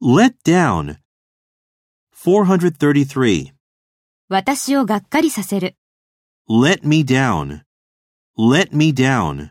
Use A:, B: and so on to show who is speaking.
A: Let down. 433.
B: 私をがっかりさせる。
A: Let me down. Let me down.